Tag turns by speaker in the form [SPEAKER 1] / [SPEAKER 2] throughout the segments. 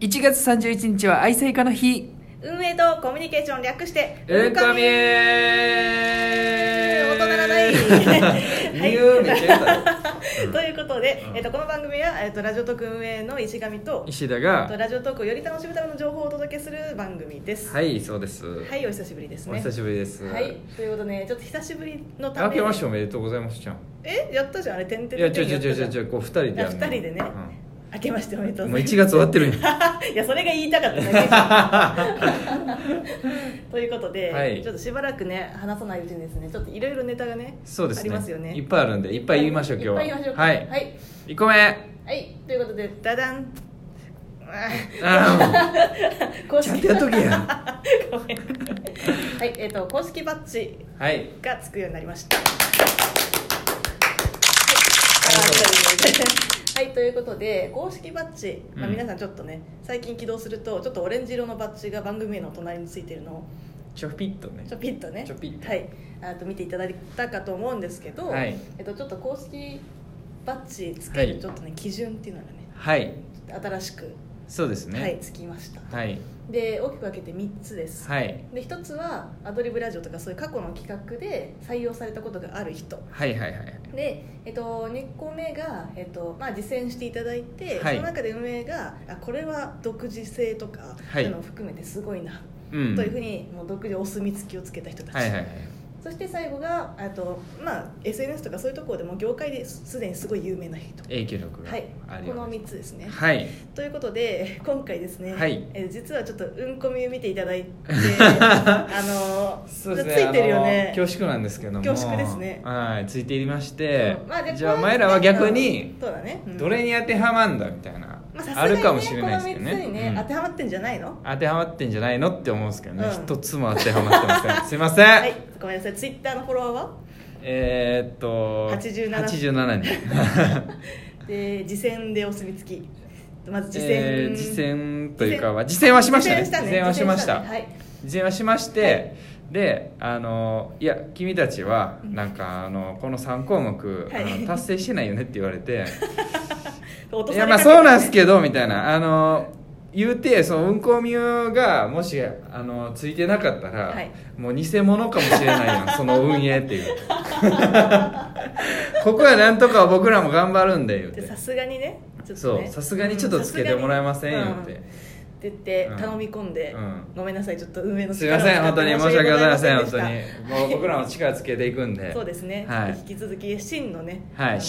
[SPEAKER 1] 1月31日は愛妻家の日
[SPEAKER 2] 運営とコミュニケーション略して
[SPEAKER 1] うんこみゅ
[SPEAKER 2] え
[SPEAKER 1] ー
[SPEAKER 2] 大人がないはい
[SPEAKER 1] 言うめっちゃ言うだろ
[SPEAKER 2] ということで、
[SPEAKER 1] うん
[SPEAKER 2] えっとこの番組は、えっとラジオトーク運営の石上と
[SPEAKER 1] 石田
[SPEAKER 2] えっと
[SPEAKER 1] が
[SPEAKER 2] ラジオトークをより楽しむための情報をお届けする番組ですは
[SPEAKER 1] はいそうです、
[SPEAKER 2] い、お久しぶりです
[SPEAKER 1] お
[SPEAKER 2] ね
[SPEAKER 1] 久しぶりです、
[SPEAKER 2] はいということでちょっと久しぶりのた
[SPEAKER 1] 明
[SPEAKER 2] め
[SPEAKER 1] けましておめでとうございますじゃん
[SPEAKER 2] えやったじゃんあれ点々
[SPEAKER 1] い
[SPEAKER 2] 点
[SPEAKER 1] や
[SPEAKER 2] 々
[SPEAKER 1] ちょちょちょちょち
[SPEAKER 2] やった
[SPEAKER 1] ょ
[SPEAKER 2] じ
[SPEAKER 1] こう2人でやんの
[SPEAKER 2] あ二人でねゃん明けましておめでと
[SPEAKER 1] う
[SPEAKER 2] うんご
[SPEAKER 1] もう
[SPEAKER 2] ざい
[SPEAKER 1] 1
[SPEAKER 2] ます
[SPEAKER 1] 月終わってるんや
[SPEAKER 2] いやそれが言いたかっただけということで、
[SPEAKER 1] はい
[SPEAKER 2] ちょっとしばらくね話さないうちにですねちょっといろいろネタがね
[SPEAKER 1] そうです
[SPEAKER 2] あり
[SPEAKER 1] ね
[SPEAKER 2] ますよね
[SPEAKER 1] いっぱいあるんでいっぱい言いましょう今日はい
[SPEAKER 2] っぱい言いましょうか
[SPEAKER 1] はい、
[SPEAKER 2] はい
[SPEAKER 1] 1個目
[SPEAKER 2] はいということでダダンあ
[SPEAKER 1] あ
[SPEAKER 2] ー公
[SPEAKER 1] ーちゃんとやっとけや
[SPEAKER 2] ごめんはいえっ、と公式バッジ
[SPEAKER 1] はい
[SPEAKER 2] がつくようになりましたはいあーはいということで公式バッジ、まあ、
[SPEAKER 1] うん
[SPEAKER 2] 皆さんちょっとね、最近起動するとちょっとオレンジ色のバッジが番組名の隣についてるのを
[SPEAKER 1] ちょぴっとね
[SPEAKER 2] ちょぴっとね
[SPEAKER 1] ちょぴっと
[SPEAKER 2] はい、あと見ていただいたかと思うんですけど、
[SPEAKER 1] はい
[SPEAKER 2] えっと、ちょっと公式バッジつけ
[SPEAKER 1] はい
[SPEAKER 2] るちょっとね、基準っていうのがね
[SPEAKER 1] はい
[SPEAKER 2] 新しく、
[SPEAKER 1] そうです
[SPEAKER 2] はい、
[SPEAKER 1] ね
[SPEAKER 2] つきました
[SPEAKER 1] はい
[SPEAKER 2] で大きく分けて3つです、
[SPEAKER 1] はい
[SPEAKER 2] で1つはアドリブラジオとかそういう過去の企画で採用されたことがある人
[SPEAKER 1] はいはいはい
[SPEAKER 2] で、えっと、2個目が、えっとまあ、実践していただいて、
[SPEAKER 1] はい
[SPEAKER 2] その中で運営があこれは独自性とか、
[SPEAKER 1] はい
[SPEAKER 2] そういうのを含めてすごいな、
[SPEAKER 1] うん
[SPEAKER 2] というふうにもう独自お墨付きをつけた人たち、
[SPEAKER 1] はいはいはい
[SPEAKER 2] そして最後があと、まあ、SNS とかそういうところでも業界ですでにすごい有名な人
[SPEAKER 1] 影響力が
[SPEAKER 2] はい
[SPEAKER 1] あり
[SPEAKER 2] こ
[SPEAKER 1] ま
[SPEAKER 2] の
[SPEAKER 1] す
[SPEAKER 2] 3つですね
[SPEAKER 1] はい
[SPEAKER 2] ということで 今回ですね、
[SPEAKER 1] はい
[SPEAKER 2] えー実はちょっとうんこみを見ていただい てあのー
[SPEAKER 1] そうですね
[SPEAKER 2] ついてるよ
[SPEAKER 1] あ
[SPEAKER 2] ね
[SPEAKER 1] の恐縮なんですけども
[SPEAKER 2] 恐縮ですね
[SPEAKER 1] はいついていまして、
[SPEAKER 2] うんまあで
[SPEAKER 1] じゃあ
[SPEAKER 2] こ
[SPEAKER 1] お
[SPEAKER 2] れは
[SPEAKER 1] 前らは逆に
[SPEAKER 2] うんそうだね、うん
[SPEAKER 1] どれに当てはまんだみたいな、
[SPEAKER 2] まあ、さすが
[SPEAKER 1] あ
[SPEAKER 2] にね
[SPEAKER 1] るかもしれないですけど
[SPEAKER 2] この3つにね
[SPEAKER 1] ね、
[SPEAKER 2] 当てはまってんじゃないの
[SPEAKER 1] うん当てはまってんじゃないのって思うんですけどね
[SPEAKER 2] うん
[SPEAKER 1] 一、つも当てはまってませ んすいません、
[SPEAKER 2] はいごめんなさいツイッターのフォロワーは
[SPEAKER 1] えー、っと
[SPEAKER 2] 87
[SPEAKER 1] 87人
[SPEAKER 2] で次戦でお墨付きまず次戦、
[SPEAKER 1] えー実践というかは実践はしましたね
[SPEAKER 2] 実践
[SPEAKER 1] 実践はしました
[SPEAKER 2] 実践ねはい
[SPEAKER 1] 実践はしまして、であのいや君たちは
[SPEAKER 2] うん
[SPEAKER 1] なんかあのこの3項目、
[SPEAKER 2] はい
[SPEAKER 1] あの達成してないよねって言わ れて
[SPEAKER 2] 落と
[SPEAKER 1] い
[SPEAKER 2] さ
[SPEAKER 1] や
[SPEAKER 2] れ
[SPEAKER 1] ま
[SPEAKER 2] か
[SPEAKER 1] あ
[SPEAKER 2] けたね
[SPEAKER 1] そうなんすけどみたいなあの言うてその運行ミュがもしあのついてなかったら、
[SPEAKER 2] はい
[SPEAKER 1] もう偽物かもしれな いやんその運営っていう ここはなんとか僕らも頑張るんで言う
[SPEAKER 2] で
[SPEAKER 1] て
[SPEAKER 2] さすがにねちょっと
[SPEAKER 1] そう
[SPEAKER 2] ね
[SPEAKER 1] さすがにちょっとつけてもらえませんよっ
[SPEAKER 2] うん
[SPEAKER 1] て、
[SPEAKER 2] って言って
[SPEAKER 1] うん
[SPEAKER 2] 頼み込んで、
[SPEAKER 1] うん
[SPEAKER 2] ごめんなさいちょっと運営の
[SPEAKER 1] すいません本当に申し訳ございません本当
[SPEAKER 2] でし
[SPEAKER 1] にもう僕らも力つけていくん
[SPEAKER 2] た
[SPEAKER 1] で
[SPEAKER 2] そうですね、
[SPEAKER 1] はい
[SPEAKER 2] 引き続き真のね、
[SPEAKER 1] は
[SPEAKER 2] あ
[SPEAKER 1] い、
[SPEAKER 2] の
[SPEAKER 1] 真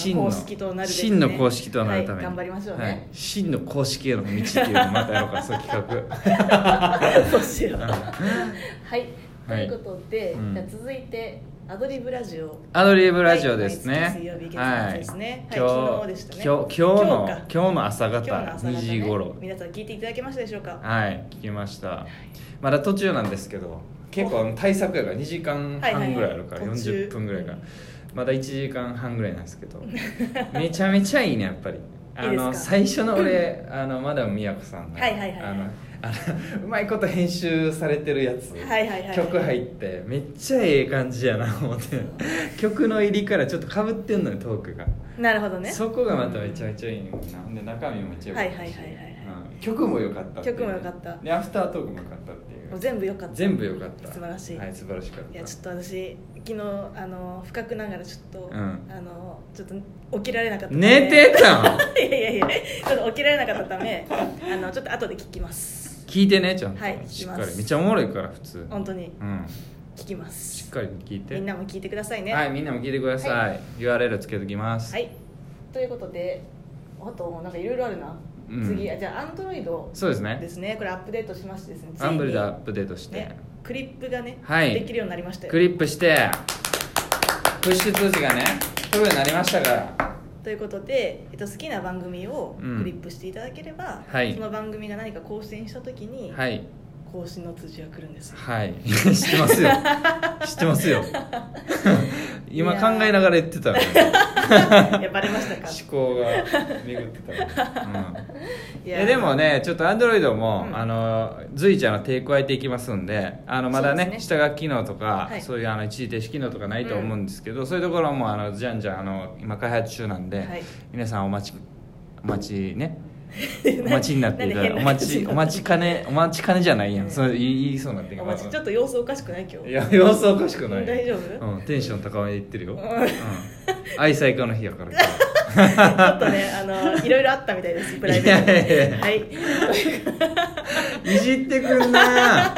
[SPEAKER 1] の
[SPEAKER 2] 公式となるべくね
[SPEAKER 1] 真の公式となるため
[SPEAKER 2] はい、
[SPEAKER 1] に、
[SPEAKER 2] 頑張りましょう
[SPEAKER 1] はい
[SPEAKER 2] ね、
[SPEAKER 1] 真の公式への道っていうのをまたやろうかそういう企
[SPEAKER 2] そうしようはい、
[SPEAKER 1] はい
[SPEAKER 2] ということで、
[SPEAKER 1] うん
[SPEAKER 2] じゃあ続いてアドリブラジオ
[SPEAKER 1] 画アドリブラジオです
[SPEAKER 2] はい
[SPEAKER 1] ね
[SPEAKER 2] 毎月水曜日月
[SPEAKER 1] は
[SPEAKER 2] 曜日
[SPEAKER 1] い
[SPEAKER 2] ですね
[SPEAKER 1] 今
[SPEAKER 2] はい昨日でした
[SPEAKER 1] 日
[SPEAKER 2] ね
[SPEAKER 1] 今日今日の
[SPEAKER 2] 今日か
[SPEAKER 1] 今日の朝方
[SPEAKER 2] 今日の朝方、ね、
[SPEAKER 1] 2時頃
[SPEAKER 2] 皆さん聞いていただけましたでしょうか
[SPEAKER 1] はい聞きましたまだ途中なんですけど結構あの対策やから2時間
[SPEAKER 2] はいはいはい
[SPEAKER 1] 半ぐらいあるから
[SPEAKER 2] 途中
[SPEAKER 1] 40分ぐらいからまだ1時間半ぐらいなんですけど めちゃめちゃいいねやっぱりあ
[SPEAKER 2] いいです
[SPEAKER 1] の
[SPEAKER 2] か
[SPEAKER 1] 最初の俺あのマダム美和子さんの
[SPEAKER 2] はいはいはいはい
[SPEAKER 1] あのあのうまいこと編集されてるやつ
[SPEAKER 2] はいはいはい
[SPEAKER 1] 曲入ってめっちゃええ感じやな思って曲の入りからちょっとかぶってんのよトークが
[SPEAKER 2] なるほどね
[SPEAKER 1] そこがまためちゃめちゃいいねんなで中身もめっちゃ良かっ
[SPEAKER 2] はい
[SPEAKER 1] たし
[SPEAKER 2] はいはいはい
[SPEAKER 1] うん曲も良かったていう
[SPEAKER 2] 曲も良かった
[SPEAKER 1] でアフタートークも良かったっていう
[SPEAKER 2] もう全部良かった
[SPEAKER 1] 全部良かった
[SPEAKER 2] 素晴らしい
[SPEAKER 1] はい素晴らしかった
[SPEAKER 2] いやちょっと私昨日あの深くながらちょっと、
[SPEAKER 1] うん
[SPEAKER 2] あのちょっと起きられなかったため
[SPEAKER 1] 寝てた ん
[SPEAKER 2] いやいやいやちょっと起きられなかったためあのちょっと後で聞きます
[SPEAKER 1] 聞いてねちゃんと、
[SPEAKER 2] はい聞き
[SPEAKER 1] しっ
[SPEAKER 2] ま
[SPEAKER 1] か
[SPEAKER 2] す
[SPEAKER 1] りめっちゃおもろいから普通
[SPEAKER 2] 本当に
[SPEAKER 1] うん
[SPEAKER 2] 聞きま
[SPEAKER 1] しっ
[SPEAKER 2] す
[SPEAKER 1] かり聞いて
[SPEAKER 2] みんなも聞いてくださいね
[SPEAKER 1] はいみんなも聞いてください、URL つけときます、
[SPEAKER 2] はいということであとなんかいろいろあるな、
[SPEAKER 1] うん
[SPEAKER 2] 次あじゃあアンドロイド
[SPEAKER 1] そうですね
[SPEAKER 2] ですねこれアップデートしましてですね
[SPEAKER 1] アンブルでアッ
[SPEAKER 2] つ
[SPEAKER 1] プデートし
[SPEAKER 2] い
[SPEAKER 1] て、
[SPEAKER 2] にねクリップがね、
[SPEAKER 1] はい
[SPEAKER 2] できるようになりましたよ
[SPEAKER 1] クリップしてプッシュ通知がね飛ぶようになりましたから
[SPEAKER 2] ということで、えっと、好きな番組を
[SPEAKER 1] うん
[SPEAKER 2] クリップしていただければ、
[SPEAKER 1] はい
[SPEAKER 2] その番組が何か更新した時に、
[SPEAKER 1] はい
[SPEAKER 2] 更新の通知が来るん ですよ
[SPEAKER 1] はい知ってますよ知ってます よ今
[SPEAKER 2] いや
[SPEAKER 1] 考
[SPEAKER 2] ー
[SPEAKER 1] えながら言ってたの に
[SPEAKER 2] いやバレましたか
[SPEAKER 1] 思考が巡ってたのに、うん
[SPEAKER 2] い
[SPEAKER 1] いやで もねちょっとアンドロイドも、
[SPEAKER 2] うん
[SPEAKER 1] あの随時あの手加えていきますんであのまだね
[SPEAKER 2] そうです
[SPEAKER 1] 下書き機能とか、
[SPEAKER 2] はい
[SPEAKER 1] そういうあの一時停止機能とかないと思うんですけど、そういうところもあのじゃんじゃんあの今開発中なんで、
[SPEAKER 2] はい
[SPEAKER 1] 皆さんお待ちお待ちねお待ちになっていただい
[SPEAKER 2] なんで変
[SPEAKER 1] お
[SPEAKER 2] な話
[SPEAKER 1] 待ち
[SPEAKER 2] に
[SPEAKER 1] お
[SPEAKER 2] なって
[SPEAKER 1] 待ちかねお待ちかねじゃないやんそう言い言いそうになってん
[SPEAKER 2] お
[SPEAKER 1] けど
[SPEAKER 2] 待ちちょっと様子おかしくない今日
[SPEAKER 1] いや様子おかしくないよ
[SPEAKER 2] 大丈夫、
[SPEAKER 1] うん、テンション高めでいってるよ、
[SPEAKER 2] う
[SPEAKER 1] うんん、愛妻家の日やから今日
[SPEAKER 2] ちょっとねあの いろいろあったみたいですプライベート
[SPEAKER 1] いやいやい
[SPEAKER 2] で
[SPEAKER 1] や
[SPEAKER 2] はい
[SPEAKER 1] いじってく んな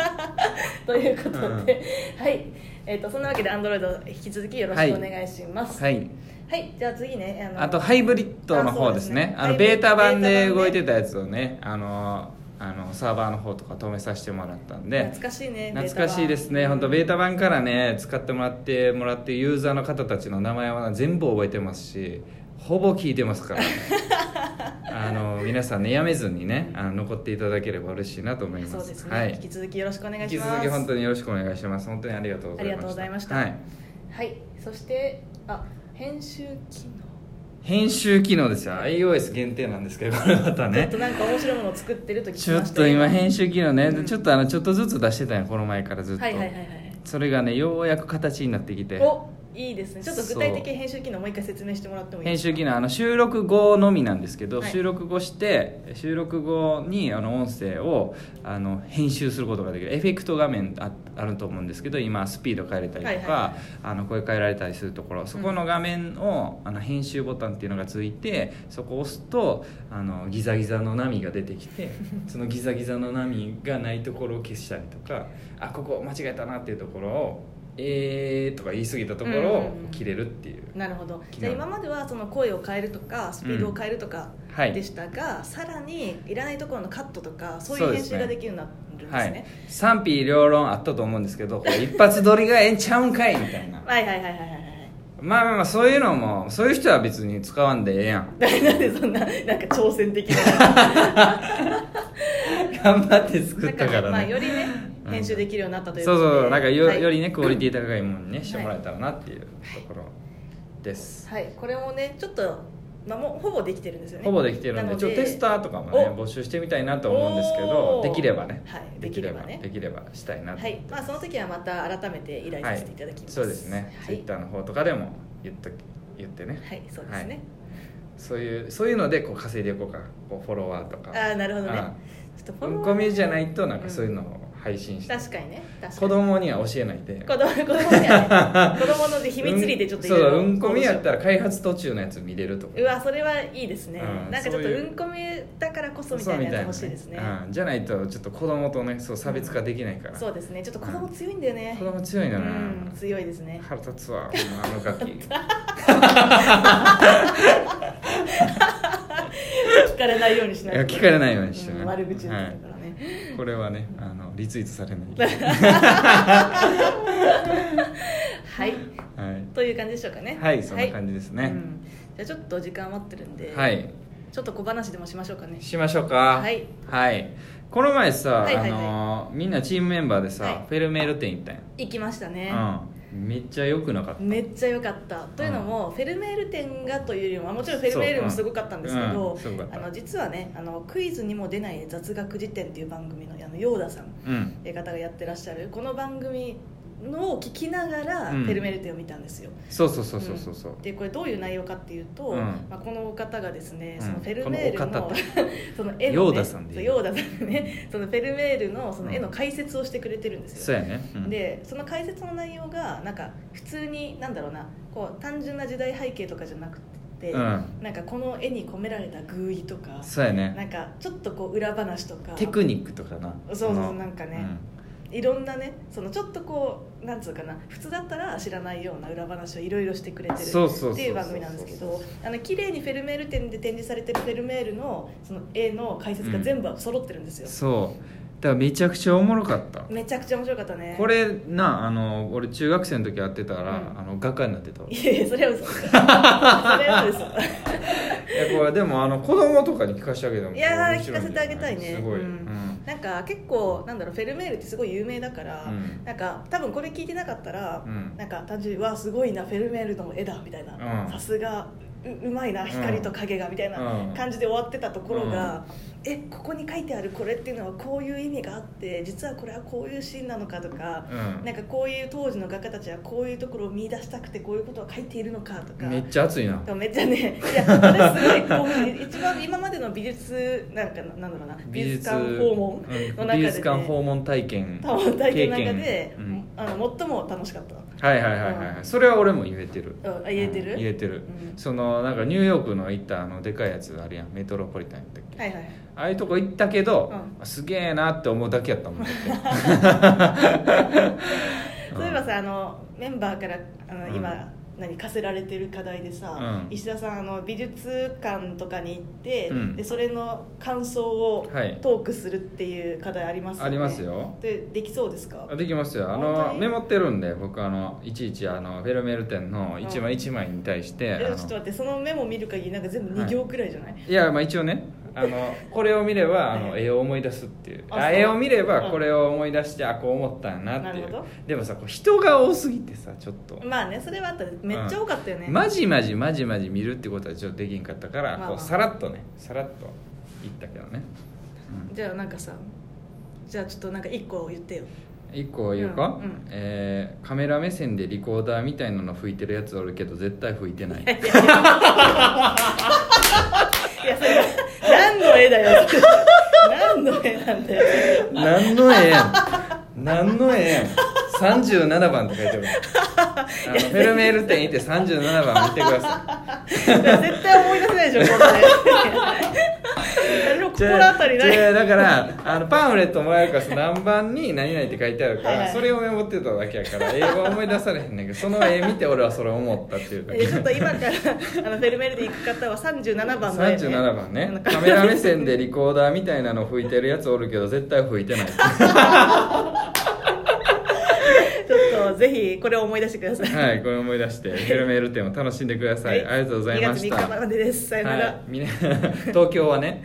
[SPEAKER 2] ということで、はい、えー、とそんなわけでアンドロイド引き続きよろしくお願いします
[SPEAKER 1] は
[SPEAKER 2] はい、
[SPEAKER 1] い
[SPEAKER 2] じゃあ次ねあの
[SPEAKER 1] あとハイブリッドの方ですね
[SPEAKER 2] あ
[SPEAKER 1] あ
[SPEAKER 2] そうですね
[SPEAKER 1] のベータ版で動いてたやつをねあのあのサーバーの方とか止めさせてもらったんで
[SPEAKER 2] 懐かしいね
[SPEAKER 1] 懐かしいです
[SPEAKER 2] ベータ
[SPEAKER 1] ね
[SPEAKER 2] 版
[SPEAKER 1] 本当ベータ版からね使ってもらってもらってユーザーの方たちの名前は全部覚えてますしほぼ聞いてま すから、ね、あの皆さんねやめずにねあの残っていただければ嬉しいなと思います
[SPEAKER 2] そうですね、
[SPEAKER 1] はい
[SPEAKER 2] 引き続きよろしくお願い
[SPEAKER 1] 引
[SPEAKER 2] し
[SPEAKER 1] き
[SPEAKER 2] ます
[SPEAKER 1] 続き本当によろしくお願いします本当にありがとうご
[SPEAKER 2] あ
[SPEAKER 1] ざいました
[SPEAKER 2] りがとうございました
[SPEAKER 1] はい、
[SPEAKER 2] はいそしてあ編集機能
[SPEAKER 1] 編集機能ですよ iOS 限定なんですけどこれまた
[SPEAKER 2] ちょっ
[SPEAKER 1] ね
[SPEAKER 2] となんか面白いものを作ってると聞きまし
[SPEAKER 1] ち
[SPEAKER 2] た
[SPEAKER 1] ょっと今編
[SPEAKER 2] 集
[SPEAKER 1] 集機能ね、
[SPEAKER 2] うん
[SPEAKER 1] ちょっとあのちょっとずつ出してたんよこの前からずっと、
[SPEAKER 2] はいはいはいはい
[SPEAKER 1] それがねようやく形になってきて
[SPEAKER 2] おいいですねちょっと具体的
[SPEAKER 1] そう
[SPEAKER 2] 編集機能もう一回説明してもらってもいい
[SPEAKER 1] 編
[SPEAKER 2] ですか
[SPEAKER 1] 集機能あの収録後のみなんですけど、
[SPEAKER 2] はい
[SPEAKER 1] 収録後して収録後にあの音声をあの編集することができるエフェクト画面ああると思うんですけど今スピード変えれたりと
[SPEAKER 2] は
[SPEAKER 1] か、
[SPEAKER 2] いはいはい
[SPEAKER 1] あの声変えられたりするところそこの画面を、あの編集ボタンっていうのがついてそこを押すとあのギザギザの波が出てきて そのギザギザの波がないところを消したりとかあここ間違えたなっていうところを「えー」とか言い過ぎたところを切れるっていう。
[SPEAKER 2] なるほど
[SPEAKER 1] 機能
[SPEAKER 2] じゃあ今まではその声を変えるとかスピードを変えるとか
[SPEAKER 1] はい
[SPEAKER 2] でしたが、さらにいらないところのカットとかそうい
[SPEAKER 1] そううで
[SPEAKER 2] 編
[SPEAKER 1] す
[SPEAKER 2] 集
[SPEAKER 1] ね
[SPEAKER 2] ができるようになるんで
[SPEAKER 1] は
[SPEAKER 2] す
[SPEAKER 1] い
[SPEAKER 2] ね、
[SPEAKER 1] 賛否両論あったと思うんですけどこれ一発撮りがええんちゃうんかいみたいな
[SPEAKER 2] はい、はいはいはいはい はい
[SPEAKER 1] まあまあまあそういうのもそういう人は別に使わんでええやん
[SPEAKER 2] なんでそんななんか挑戦的な
[SPEAKER 1] 頑張って作
[SPEAKER 2] な
[SPEAKER 1] っ
[SPEAKER 2] んか
[SPEAKER 1] た
[SPEAKER 2] ね、
[SPEAKER 1] から
[SPEAKER 2] まあ、
[SPEAKER 1] ね
[SPEAKER 2] よりね編集できるようになったというこ
[SPEAKER 1] そう
[SPEAKER 2] とで
[SPEAKER 1] そうなんかよ,、
[SPEAKER 2] はい
[SPEAKER 1] よりねクオリティ高いものにねしてもらえたらなっていうところです、
[SPEAKER 2] はい、これもねちょっと、まあ、もうほぼできてるんですよね
[SPEAKER 1] ほぼできてるんでちょっとテスターとかもね
[SPEAKER 2] お
[SPEAKER 1] 募集してみたいなと思うんですけど
[SPEAKER 2] おー
[SPEAKER 1] できればね、
[SPEAKER 2] はい
[SPEAKER 1] できれば
[SPEAKER 2] できればね
[SPEAKER 1] できればしたいなと、
[SPEAKER 2] はい、まあ、その時はまた改めて依頼させていただきます、
[SPEAKER 1] そうですね、
[SPEAKER 2] は
[SPEAKER 1] ツイ
[SPEAKER 2] い
[SPEAKER 1] ッ、ターの方とかでも言っとき言ってね
[SPEAKER 2] はい、そうですね、
[SPEAKER 1] そういうそういうのでこう稼いでいこうかこうフォロワーとか
[SPEAKER 2] ああなるほどね
[SPEAKER 1] あ
[SPEAKER 2] ちょっとフォロ
[SPEAKER 1] うん
[SPEAKER 2] ワー
[SPEAKER 1] こみじゃないとなんかそういうのを配信して、
[SPEAKER 2] 確かにね確かに
[SPEAKER 1] 子供には教えないで
[SPEAKER 2] 子供子供に はね子供の秘密裏でちょっとい
[SPEAKER 1] そ
[SPEAKER 2] ろ
[SPEAKER 1] う
[SPEAKER 2] いろ
[SPEAKER 1] だうんこみやったら開発途中のやつ見れるとか
[SPEAKER 2] うわそれはいいですね、
[SPEAKER 1] うん
[SPEAKER 2] なんかちょっと
[SPEAKER 1] そういう
[SPEAKER 2] うんこみだからこそみ
[SPEAKER 1] そ
[SPEAKER 2] た
[SPEAKER 1] う
[SPEAKER 2] い
[SPEAKER 1] み
[SPEAKER 2] な
[SPEAKER 1] た
[SPEAKER 2] や
[SPEAKER 1] い
[SPEAKER 2] つ
[SPEAKER 1] な
[SPEAKER 2] 欲しいですね
[SPEAKER 1] うん、じゃないとちょっと子供とねそう差別化できないから、
[SPEAKER 2] そうですねちょっと子供強いんだよね、
[SPEAKER 1] 子供強いんだな、
[SPEAKER 2] うん強いです ね
[SPEAKER 1] 腹立つわほんまあの ガキ
[SPEAKER 2] 聞かれないようにしない
[SPEAKER 1] いや
[SPEAKER 2] と
[SPEAKER 1] 聞かれないようにしてね
[SPEAKER 2] ん悪口だったからね、
[SPEAKER 1] これはねあのリツイートされない、
[SPEAKER 2] はい
[SPEAKER 1] はい、
[SPEAKER 2] という感じでしょうかね
[SPEAKER 1] はいそんな感じですね
[SPEAKER 2] うんじゃあちょっと時間余ってるんで、
[SPEAKER 1] はい
[SPEAKER 2] ちょっと小話でもしましょうかね
[SPEAKER 1] しましょうか
[SPEAKER 2] はい、
[SPEAKER 1] はいこの前さ、
[SPEAKER 2] はいはいはい
[SPEAKER 1] あのーみんなチームメンバーでさ、
[SPEAKER 2] はい
[SPEAKER 1] フェルメール店行ったん
[SPEAKER 2] 行きましたね、
[SPEAKER 1] や、うん、めっちゃ良くなかった
[SPEAKER 2] めっちゃ良かったというのも、フェルメール展がというよりもまあもちろんフェルメールもすごかったんですけ
[SPEAKER 1] うんう
[SPEAKER 2] ど
[SPEAKER 1] ん、すごかった
[SPEAKER 2] あの実はねあのクイズにも出ない雑学辞典っていう番組のあのヨーダさん
[SPEAKER 1] うん
[SPEAKER 2] という方がやってらっしゃるこの番組のを聞きながら、
[SPEAKER 1] うん
[SPEAKER 2] フェルメール展を見たんですよ
[SPEAKER 1] そうそうそうそうそうそう、
[SPEAKER 2] でこれどういう内容かっていうと、
[SPEAKER 1] うん
[SPEAKER 2] まあ、このお方がですね
[SPEAKER 1] うん
[SPEAKER 2] そのフェルメール
[SPEAKER 1] この
[SPEAKER 2] の
[SPEAKER 1] お方
[SPEAKER 2] その絵の、ね、
[SPEAKER 1] ヨーダさんで
[SPEAKER 2] そうヨーダさんでね そのフェルメールのその絵の解説をしてくれてるんですよ、
[SPEAKER 1] そうやね、うん、
[SPEAKER 2] でその解説の内容がなんか普通になんだろうなこう単純な時代背景とかじゃなくて、
[SPEAKER 1] うん
[SPEAKER 2] なんかこの絵に込められた寓意とか
[SPEAKER 1] そうやね
[SPEAKER 2] なんかちょっとこう裏話とか
[SPEAKER 1] テクニックとかな
[SPEAKER 2] そうそう
[SPEAKER 1] の
[SPEAKER 2] なんかねいろんなねそのちょっとこうなんつうかな普通だったら知らないような裏話をいろいろしてくれ
[SPEAKER 1] うん
[SPEAKER 2] てる
[SPEAKER 1] そうそうそうそう
[SPEAKER 2] っていう番組なんですけどあの綺麗にフェルメール展で展示されてるフェルメールのその絵の解説が全部揃ってるんですよ、
[SPEAKER 1] そうだからめちゃくちゃおもろかった
[SPEAKER 2] めちゃくちゃ面白かったね
[SPEAKER 1] これなあの俺中学生の時やってたから、
[SPEAKER 2] うん
[SPEAKER 1] あの画家になってたわい
[SPEAKER 2] いやいやそれは嘘それは嘘
[SPEAKER 1] やこれでもあの子供とかに聞かせてあげても
[SPEAKER 2] いやー
[SPEAKER 1] 面白んじゃな
[SPEAKER 2] 聞かせてあげたいね
[SPEAKER 1] すごい、
[SPEAKER 2] うんなんか結構なんだろうフェルメールってすごい有名だから、
[SPEAKER 1] うん
[SPEAKER 2] なんか多分これ聞いてなかったら、
[SPEAKER 1] うん
[SPEAKER 2] なんか単純に「わあすごいなフェルメールの絵だ」みたいな、
[SPEAKER 1] うん
[SPEAKER 2] さすがううまいな光と影がみたいな
[SPEAKER 1] うん
[SPEAKER 2] 感じで終わってたところが、えここに書いてあるこれっていうのはこういう意味があって実はこれはこういうシーンなのかとか
[SPEAKER 1] うん
[SPEAKER 2] なんかこういう当時の画家たちはこういうところを見出したくてこういうことを書いているのかとか
[SPEAKER 1] めっちゃ熱いな
[SPEAKER 2] でもめっちゃねい や私すごい興奮一番今までの美術なんかななんだろうな美術館訪問の
[SPEAKER 1] うん
[SPEAKER 2] 中でね
[SPEAKER 1] 美術館訪問体験
[SPEAKER 2] 多分体験の中で、
[SPEAKER 1] 経験
[SPEAKER 2] あの最も楽しかっ
[SPEAKER 1] はいはいはいはいはいそれは俺も言えてる
[SPEAKER 2] た、うん、あ言えてる、
[SPEAKER 1] うん言えてる
[SPEAKER 2] うん
[SPEAKER 1] そのなんかニューヨークの行ったあのでかいやつあるやんメトロポリタンやったっけ、
[SPEAKER 2] はいはい
[SPEAKER 1] ああいうとこ行ったけど、
[SPEAKER 2] う
[SPEAKER 1] すげえなって思うだけやっ たもんだって
[SPEAKER 2] そういえばさあのメンバーからあの、
[SPEAKER 1] うん
[SPEAKER 2] 今何課せられてる課題でさ、
[SPEAKER 1] うん
[SPEAKER 2] 石田さんあの美術館とかに行って、
[SPEAKER 1] うん
[SPEAKER 2] でそれの感想を
[SPEAKER 1] はい
[SPEAKER 2] トークするっていう課題ありますよね、
[SPEAKER 1] ありますよ
[SPEAKER 2] でできそうですか
[SPEAKER 1] あできますよあ
[SPEAKER 2] 本当
[SPEAKER 1] の
[SPEAKER 2] に
[SPEAKER 1] メモってるんで僕あのいちいちあのフェルメール展の一
[SPEAKER 2] うん
[SPEAKER 1] 枚一枚に対して、
[SPEAKER 2] えちょ
[SPEAKER 1] あ
[SPEAKER 2] っと待
[SPEAKER 1] の
[SPEAKER 2] ってそのメモ見る限りなんか全部
[SPEAKER 1] は
[SPEAKER 2] 2
[SPEAKER 1] い
[SPEAKER 2] 行くらいじゃない、
[SPEAKER 1] いやまあ一応ねあのこれを見ればあの
[SPEAKER 2] はい
[SPEAKER 1] 絵を思い出すっていう
[SPEAKER 2] あ
[SPEAKER 1] あ
[SPEAKER 2] そう
[SPEAKER 1] 絵を見れ
[SPEAKER 2] うん
[SPEAKER 1] ばこれを思い出してあこう思ったんやなってい
[SPEAKER 2] なる
[SPEAKER 1] う
[SPEAKER 2] ほ
[SPEAKER 1] でもさこう人が多すぎてさちょっと
[SPEAKER 2] まあねそれはあっためっちゃ多かったよね、
[SPEAKER 1] マジマジマジマジ見るってことはちょっとできんかったか
[SPEAKER 2] まあ
[SPEAKER 1] ら、
[SPEAKER 2] まあ
[SPEAKER 1] こうさらっとねさらっといったけどね、
[SPEAKER 2] じゃあなんかさじゃあちょっとなんか1個言ってよ
[SPEAKER 1] うん、一個言うか、
[SPEAKER 2] うんうん
[SPEAKER 1] えーカメラ目線でリコーダーみたいなの吹いてるやつおるけど絶対吹いてない
[SPEAKER 2] いやそれ何の絵だよ 何の絵なんだよ
[SPEAKER 1] 何の絵やん何の絵やん37番って書い てあるあのフェルメール店行って37番見てくださ
[SPEAKER 2] 絶対思い出せないで しょこんな絵でも
[SPEAKER 1] い
[SPEAKER 2] 心当たりない
[SPEAKER 1] 違う違うだからあのパンフレットもらえるからその何番に何々って書いてあるから、
[SPEAKER 2] はいはい
[SPEAKER 1] それをメモってただけやから英語は思い出されへんねんけどその絵見て俺はそれ思ったっていうだけ
[SPEAKER 2] えちょっと今からあのフェルメールで行く方は37番の絵、ね、
[SPEAKER 1] 37番
[SPEAKER 2] あの
[SPEAKER 1] ねカメラ目線でリコーダーみたいなの吹いてるやつおるけど絶対吹い てない
[SPEAKER 2] ちょっとぜひこれを思い出してください、
[SPEAKER 1] はいこれ思い出してヘルメール展を楽しんでください、ありがとうございまし
[SPEAKER 2] 2月3日
[SPEAKER 1] た
[SPEAKER 2] までですさよなら、
[SPEAKER 1] はいみんな東京はね